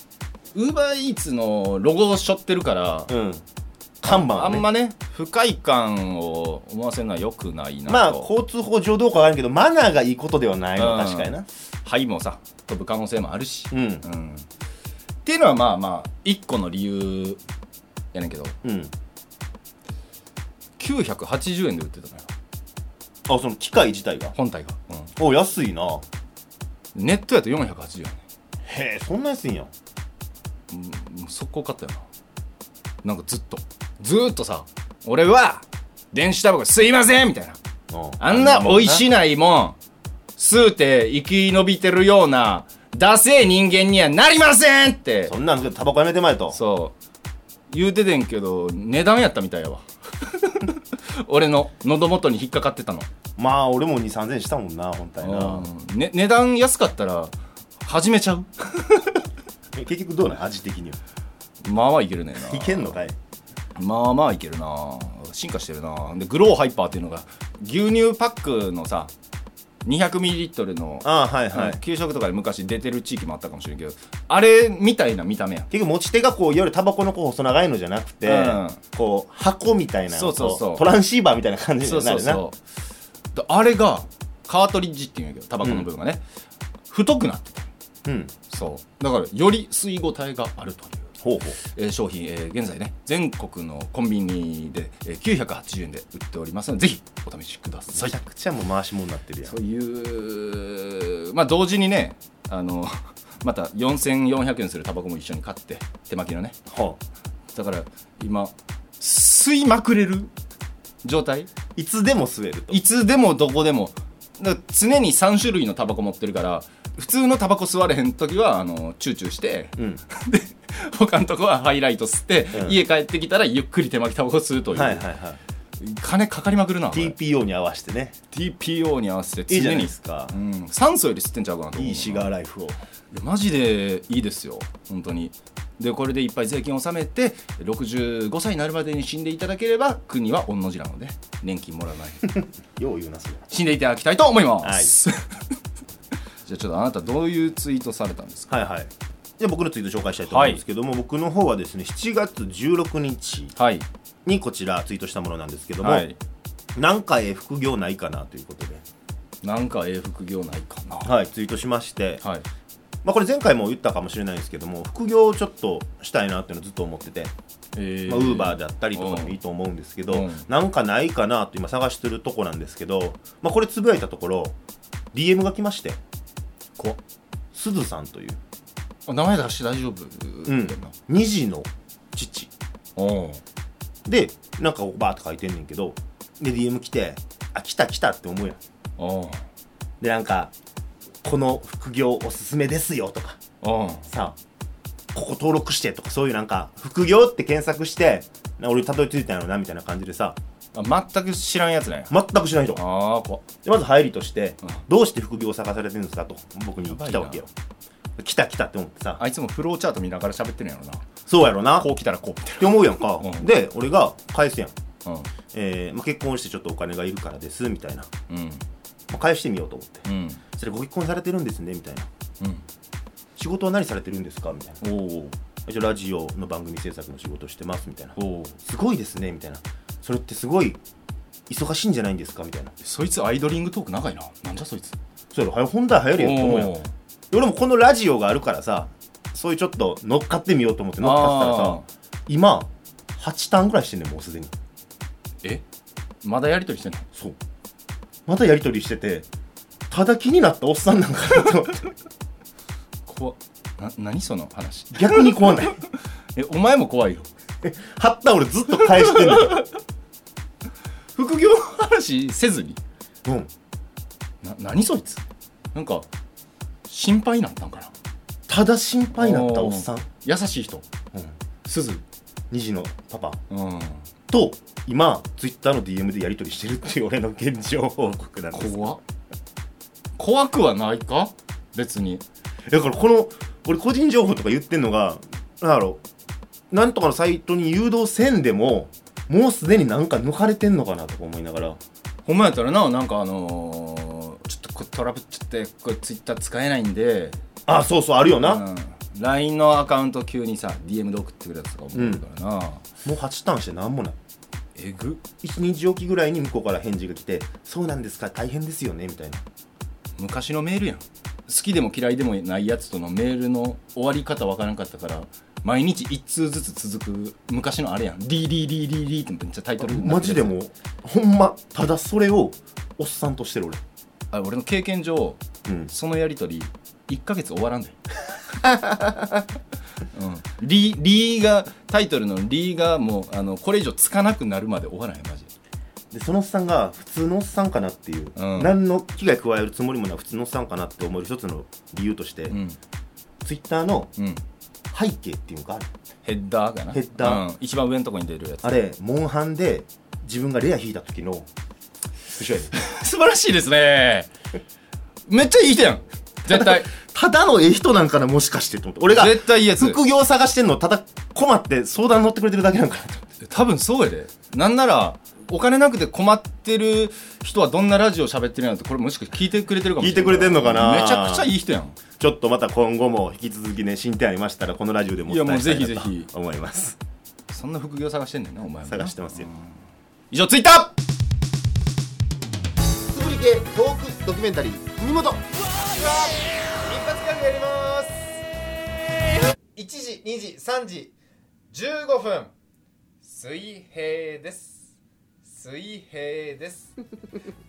ウーバーイーツのロゴを背負ってるから、
んうん看板
あ
はね
んまね不快感を思わせるのはよくないなと
まあ交通法上どうかわからんけどマナーがいいことではないの
うん
確かにな
肺もさ飛ぶ可能性もあるし、
うん
うんっていうのはまあまあ一個の理由やねんけど
うん
980円で売ってたのよ
あその機械自体が
本体が、
お安いな
うんネットやと480円、
へえそんな安いんや
うん、もう速攻買ったよななんかずっとずーっとさ俺は電子タバコすいませんみたいなあんな美味し
い
ないもん、吸うて生き延びてるような、ダセえ人間にはなりませんって、
そんなんタバコやめてまえと
そう、言うててんけど、値段やったみたいやわ。 俺の喉元に引っかかってたの。
まあ俺も2 3 0 0円したもんな本体な
うんね、値段安かったら、始めちゃう
え結局どうなん味的には
まあまあいけるねん
い
な。
けんのかい
まあまあいけるな。進化してるな。で、グローハイパーっていうのが、牛乳パックのさ、200ml の
ああはいはい、
うん給食とかで昔出てる地域もあったかもしれんけどあれみたいな見た目やん
結局持ち手がこういわゆるタバコのこう細長いのじゃなくて、
うん
こう箱みたいな
そうそうそう
こトランシーバーみたいな感じ
そう
にな
そう
るな
そうであれがカートリッジっていうんやけどタバコの部分がね、太くなってた
うん
そうだからより吸い応えがあるという、
ほうほう
えー商品、えー現在ね全国のコンビニで、えー980円で売っておりますのでぜひお試しくださ
め
い
ちゃくちゃもう回し物になってるやん
というまあ同時にねあの また4400円するタバコも一緒に買って手巻きのね
ほう
だから今吸いまくれる状態
いつでも吸えると
いつでもどこでもだから常に3種類のタバコ持ってるから普通のタバコ吸われへん時はあのチューチューして、
ん
で他のとこはハイライト吸って、
うん
家帰ってきたらゆっくり手巻きタバコ吸うという、
はいはいはい
金かかりまくるなこれ
TPO に合わせてね
TPO に合わせて常に
いいじゃないですか
うん、酸素より吸ってんちゃうかなと思う
いいシガーライフを
いやマジでいいですよ本当にでこれでいっぱい税金を納めて65歳になるまでに死んでいただければ国は御の字なので年金もらわない
よう言うなそれ
死んでいただきたいと思います、 じゃあちょっとあなたどういうツイートされたんですか
はいはいじゃあ僕のツイート紹介したいと思うんですけども、僕の方はですね7月16日
はい
にこちらツイートしたものなんですけども、
はい
なんかええ副業ないかなということで、
なんかええ副業ないかな
はい、ツイートしまして、
はい
まあ、これ前回も言ったかもしれないんですけども副業をちょっとしたいなっていうのをずっと思ってて
えー
まあ、ウーバーだったりとかもいいと思うんですけど、
うん
なんかないかなと今探してるとこなんですけど、まあ、これつぶやいたところ DM が来まして
怖っ
すずさんという、
あ名前出して大丈夫
うん
みたいな、
2児の父
おう
でなんかこうバーって書いてんねんけどで DM 来てあ来た来たって思うやん
おう
でなんかこの副業おすすめですよとか
おう
さここ登録してとかそういうなんか副業って検索してな俺たどり着いたんやろなみたいな感じでさ
あ全く知らんやつね
全く知らない人
ああ怖っ
でまず入りとして、
うん
どうして副業を探されてるんですかと僕に来たわけよ来た来たって思ってさ
あいつもフローチャート見ながら喋ってるんやろな
そうやろなっ
こう来たらこうみたい
て思うやんか、
うん
で俺が返すやん、
な
えーまあ、結婚してちょっとお金がいるからですみたいな、ま
うんうん
あ、返してみようと思って
うん
それご結婚されてるんですねみたいな
うん
仕事は何されてるんですかみたいな
おう
一応ラジオの番組制作の仕事してますみたいな
おう
すごいですねみたいなそれってすごい忙しいんじゃないんですかみたいな
そいつアイドリングトーク長いななんじゃそいつ
そうやろはよ本題流行るやんって思うやん
おう
俺もこのラジオがあるからさそういうちょっと乗っかってみようと思って乗っかったらさ今8ターンぐらいしてんねんもうすでに
えまだやりとりしてんの
そうまたやり取りしててただ気になったおっさんなんかなと思って
怖っな何その話
逆に怖ない
えお前も怖いよ
ハった俺ずっと返してんのよ
副業の話せずに
うん
な何そいつなんか心配になったんかな
ただ心配になったおっさん
う優しい人
うん
すず
2児のパパ
うん
と今ツイッターの DM でやり取りしてるっていう俺の現状報告なんです
怖っ怖くはないか別に
だからこの俺個人情報とか言ってんのがなんだろうなんとかのサイトに誘導せんでももうすでになんか抜かれてんのかなとか思いながら
ほんまやったらななんかあのーちょっとこれトラブっちゃってこれツイッター使えないんで
あそうそうあるよな、も
うん、LINE のアカウント急にさ DM で送ってくれたとか思うからな、
う8ターンしてなんもない
えぐ
1日おきぐらいに向こうから返事が来て「そうなんですか大変ですよね」みたいな
昔のメールやん好きでも嫌いでもないやつとのメールの終わり方わからんかったから毎日1通ずつ続く昔のあれやん「リリリリリ」ってめっちゃタイトルにな
マ
ってる
ジ
や
で
つ
もうほんまただそれをおっさんとしてる俺
あ俺の経験上
うん
そのやり取り1ヶ月終わ らんで、うん、リリーがタイトルの「リー」がもうあのこれ以上つかなくなるまで終わらへんマジで
でそのおっさんが普通のおっさんかなっていう、
うん
何の危害加えるつもりもない普通のおっさんかなって思える一つの理由として、
うん
ツイッターの
うん
背景っていうのがある
ヘッダーかな
ヘッダ
ー、うん、一番上のとこに出るやつ
あれモンハンで自分がレア引いた時のスクショやね
素晴らしいですねめっちゃいい人やん 絶対
ただのええ人なんかなもしかしてと思って俺が
絶対いいやつ
副業探してんのただ困って相談乗ってくれてるだけなんかなと
多分そうやでなんならお金なくて困ってる人はどんなラジオ喋ってるんやろってこれもしかして聞いてくれてるかもしれな
聞
い
いてくれてんのかな
めちゃくちゃいい人やん
ちょっとまた今後も引き続きね進展ありましたらこのラジオでもお伝えしたい
いやもうぜひぜ
な
ひ
と思います
そんな副業探してんねんなお前もな
探してますよ
以上ツイッター
つぶり系トークドキュメンタリー海本一発ギャグやります1時2時3時15分水平です水平です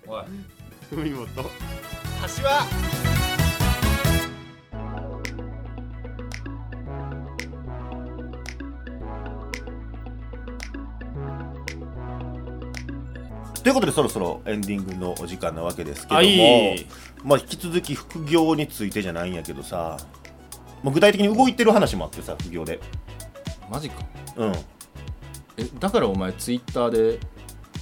おい
海本
橋は
ということでそろそろエンディングのお時間なわけですけども、
はい
まあ、引き続き副業についてじゃないんやけどさもう具体的に動いてる話もあってさ副業で
マジか
うん
えだからお前ツイッターで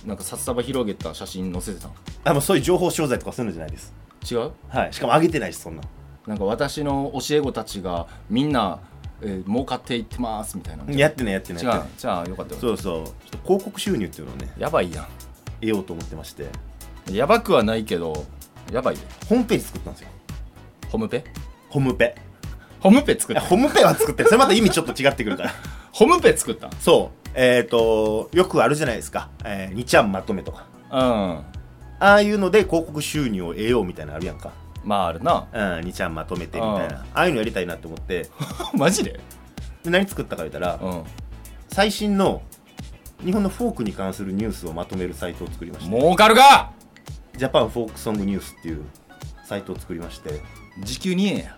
なんか札束広げた写真載せてた
あもうそういう情報商材とかするんじゃないです
の違う
はいしかも上げてないしそんな
なんか私の教え子たちがみんな、えー儲かっていってますみたいな違う
やってないやってない
じ
やって
ゃ
ない
あよかったよ
そうそうちょっと広告収入っていうのをね
やばいや
得ようと思ってまして
んやばくはないけどやばいで
ホームページ作ったんですよ
ホムペ
ホームペ
ホムペ作
い
っ
や
た
ホームペは作ってるそれまた意味ちょっと違ってくるから
ホムペ作った
そうえっ、とよくあるじゃないですか「えー、2ちゃんまとめ」とか
うん
ああいうので広告収入を得ようみたいなのあるやんか
まああるな
うん、2ちゃんまとめてみたいな
うん
ああいうのやりたいなと思って
マジで
で何作ったか言ったら、
うん
最新の日本のフォークに関するニュースをまとめるサイトを作りまして
儲かるか
ジャパンフォークソングニュースっていうサイトを作りましてい
時給2円や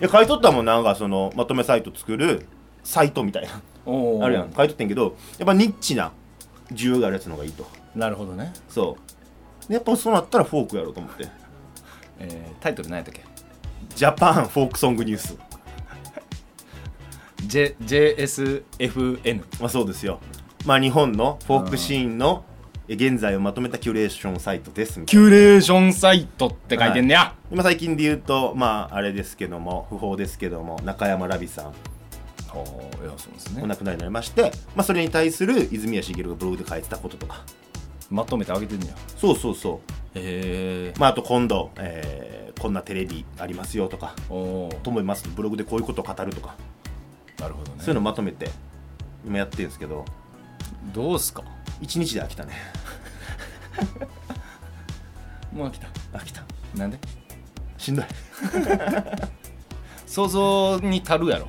や買い取ったもんなんかそのまとめサイト作るサイトみたいな
おー
あるやん買い取ってんけどやっぱニッチな需要があるやつの方がいいと
なるほどね、
そうでやっぱそうなったらフォークやろうと思って
えータイトル何やったっけ
ジャパンフォークソングニュース
J JSFN
まあそうですよまあ日本のフォークシーンの現在をまとめたキュレーションサイトですみたいな
キュレーションサイトって書いてんねや、
今最近で言うとまああれですけども不法ですけども中山ラビさん
おーいやそうです
お
ね
亡くなりになりまして、まあ、それに対する泉谷しげるがブログで書いてたこととか
まとめてあげてんねや
そうそうそ
へえ
うまああと今度、えーこんなテレビありますよとか
おー
と思いますとブログでこういうことを語るとか
なるほどね
そういうのまとめて今やってるんですけど
どうすか
1日で飽きたね
もう飽きた
飽きた
なんで
しんどい
想像に足るやろ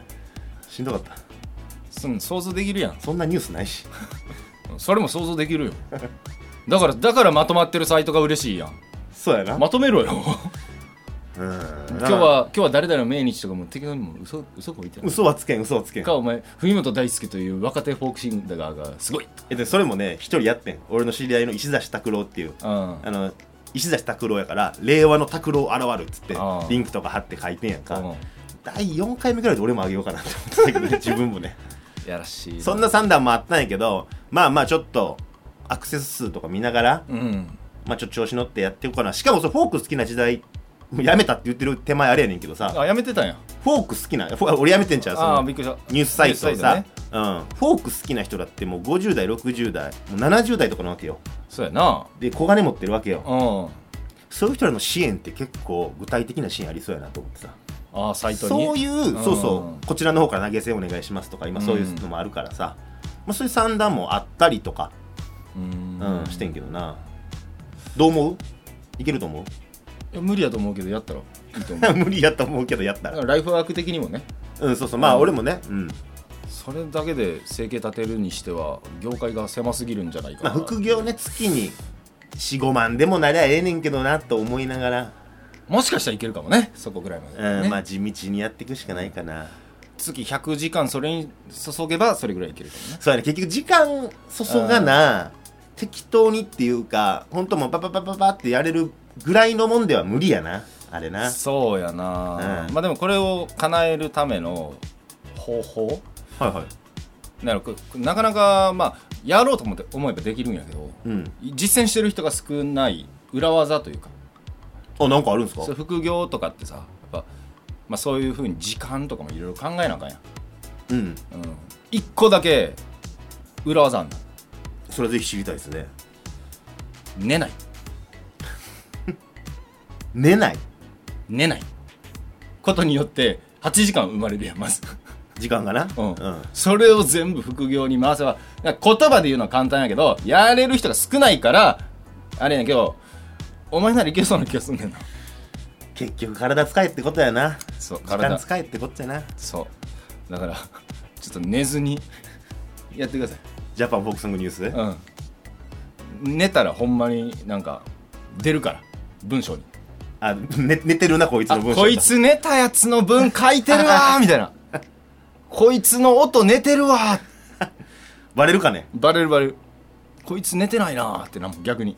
しんどかった
そん想像できるやん
そんなニュースない し
それも想像で きるよだからだからまとまってるサイトが嬉しいやん
そうやな、
まとめ ろよ
うん
今日は今日は誰々の命日とかも適当にもう嘘嘘こいてる
嘘はつけん嘘はつけん
かお前文本大輔という若手フォークシンガーがすごい
えでそれもね一人やってん俺の知り合いの石崎拓郎っていう
うん
あの石崎拓郎やから令和の拓郎現るっつって
ああ
リンクとか貼って書いてんやんか、
うん
第4回目ぐらいで俺もあげようかなって思ってたけどね 自分もね
やらしい
そんな3段もあったんやけどまあまあちょっとアクセス数とか見ながら、
うん
まあちょっと調子乗ってやっていこうかなしかもそのフォーク好きな時代もうやめたって言ってる手前あれやねんけどさ
あやめてたんや
フォーク好きなフォー俺やめてんちゃうそ
ああー
の
びっくりした
ニュースサイトをさ
ニュースサイトね
うん、フォーク好きな人だってもう50代60代もう70代とかなわけよ
そうやな
で小金持ってるわけよ
うん
そういう人らの支援って結構具体的な支援ありそうやなと思ってさ
あーサイトに
そういう、
ん
そうそうこちらの方から投げ銭お願いしますとか今そういうのもあるからさ、まあ、そういう算段もあったりとか、
う
うんんしてんけどなどう思ういけると思う
いや無理やと思うけどやったらいいと思う
無理やと思うけどやった
だからら ライフワーク的にもね
うんそうそうまあ俺もね、うん
それだけで生計立てるにしては業界が狭すぎるんじゃないか
ま
な、
あ、副業ね月に45万でもなりゃええねんけどなと思いながら、
もしかしたらいけるかもねそこぐらいまで、
うん
ね
まあ地道にやっていくしかないかな
月100時間それに注げばそれぐらいいけるかもね
そうやね結局時間注がな適当にっていうか本当もうパパパパパってやれるぐらいのもんでは無理やなあれな
そうやな、
うん
まあでもこれを叶えるための方法
はいはい
なるこなかなかまあやろうと思って思えばできるんやけど
うん
実践してる人が少ない裏技というか
あなんかあるんですか
そう副業とかってさやっぱ、まあ、そういうふうに時間とかもいろいろ考えなあかんやん
うん
うん、1個だけ裏技あんの
それはぜひ知りたいですね
寝ない
寝ない
寝ないことによって8時間生まれるやんまず、
時間がな
う
う
ん
ん
それを全部副業に回せばなんか言葉で言うのは簡単やけどやれる人が少ないからあれやけどお前ならいけそうな気がすんねんな
結局体使えってことやな
そう
時間
体
使えってことやな
そうだからちょっと寝ずにやってください
ジャパンフォークソングニュース、
うん寝たらほんまになんか出るから文章に
あ寝寝てるなこいつ
あ
の文章
こいつ寝たやつの文書いてる わーみたいなこいつの音寝てるわー
バレるかね
バレるバレるこいつ寝てないなーってなんか逆に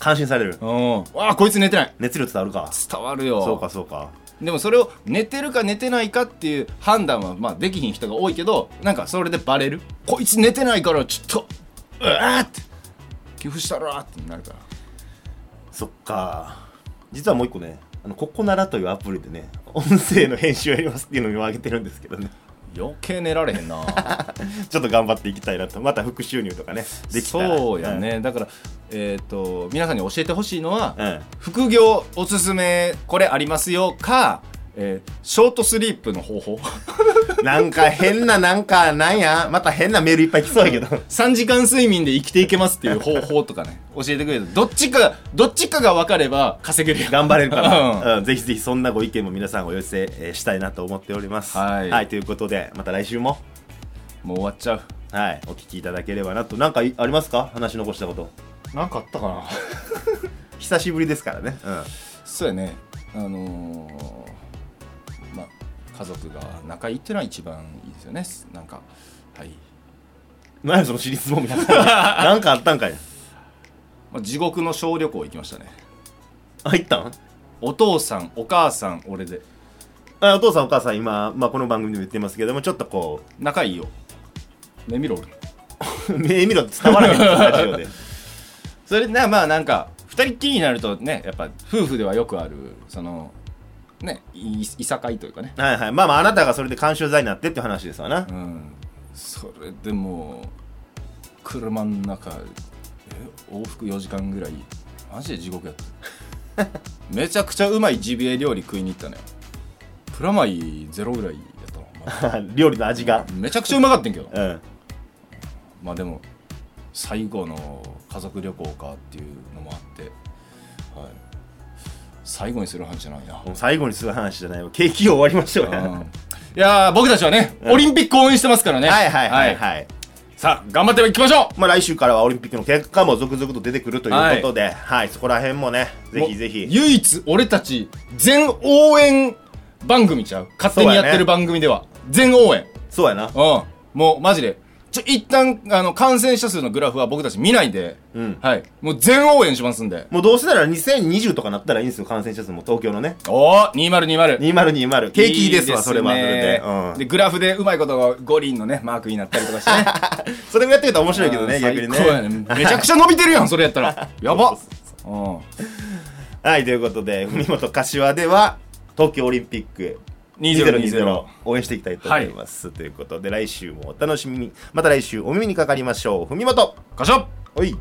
感心される
うんわあこいつ寝てない
熱量伝わるか
伝わるよ
そうかそうか
でもそれを寝てるか寝てないかっていう判断はまあできひん人が多いけどなんかそれでバレるこいつ寝てないからちょっとうわーって寄付したらーってなるから
そっか実はもう一個ねあのここならというアプリでね音声の編集やりますっていうのを上げてるんですけどね
余計寝られへんな
ちょっと頑張っていきたいなとまた副収入とかねできたら
そうやね、だからえっ、と皆さんに教えてほしいのは、
うん、うん
副業おすすめこれありますよか、えーショートスリープの方法
なんか変ななんかなんやまた変なメールいっぱい来そうや けど
3時間睡眠で生きていけますっていう方法とかね 教えてくれるどっちかどっちかが分かれば稼げるやん
頑張れるから、
うん
うんぜひぜひそんなご意見も皆さんお寄せえーしたいなと思っております
はい
ということでまた来週も
もう終わっちゃう
はいお聞きいただければなとなんかいありますか話残したこと
なんかあったかな
久しぶりですからねうん
そうやねあのーまあ家族が仲いいっていうのは一番いいですよねなんかはい、
何やその尻すぼみな なんかあったんかい
まあ、地獄の小旅行行きましたね
あ行ったん
お父さんお母さん俺で
あお父さんお母さん今、まあ、この番組でも言ってますけどもちょっとこ
仲いいよ目見ろ俺
う 目見ろって伝わら へんスタジオで
それなまあなんか二人っきりになるとねやっぱ夫婦ではよくあるそのねいいさかいというかね
はいはいまあまああなたがそれで干渉剤になってっていう話ですわな、
うんそれでもう車の中え往復4時間ぐらいマジで地獄やった めちゃくちゃうまいジビエ料理食いに行ったのよプラマイゼロぐらいやったの ま
料理の味が
あめちゃくちゃうまかったんけど
うん
まあでも最後の家族旅行かっていうのもあって、はい、最後にする話じゃないな
もう最後にする話じゃないわ景気を終わりましょう
う
や
んいやー僕たちはね、オリンピック応援してますからね。
はいはいはい
い。
はい、
さあ、頑張っていきましょ
まあ来週からはオリンピックの結果も続々と出てくるということで、はい、そこら辺もね、
う
ぜひぜひ
もう。唯一、俺たち、全応援番組ちゃう勝手にやってる番組では。全応援。
そうやな。
うん。もう、マジで。ちょ、一旦、あの、感染者数のグラフは僕たち見ないで、
うん
はい。もう全応援しますんで。
もうどうせなら2020とかなったらいいんですよ、感染者数も東京のね。
おー、2020。
2020。景気いいですわ、
ね
それは。それで。うん
で、グラフでうまいことが五輪のね、マークになったりとかしてね。
それもやってると面白いけどね、逆に
あー最高や
ね。
めちゃくちゃ伸びてるやん、それやっ たら。やばっ。うん
はい、ということで、文本柏では、東京オリンピック2020応援していきたいと思います。ということで、来週もお楽しみに。また来週お耳にかかりましょう。文本
ガシャッ
おい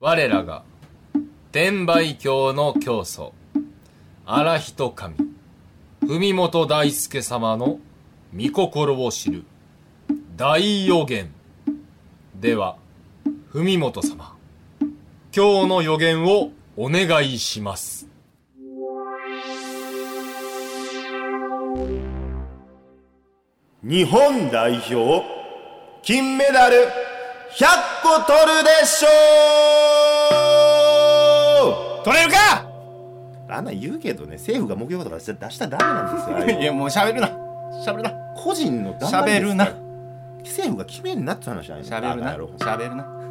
我らが天売教の教祖荒人神文本大輔様の御心を知る大予言では文本様今日の予言をお願いします
日本代表金メダル100個取るでしょう
取れるか
あんなん言うけどね政府が目標とか出した出したらダメなんですよああいうの
いや、もう喋るな。喋るな。
個人の
喋るな。
政府が決めんなって話じゃないの
喋るな。
バカ野郎
喋るな。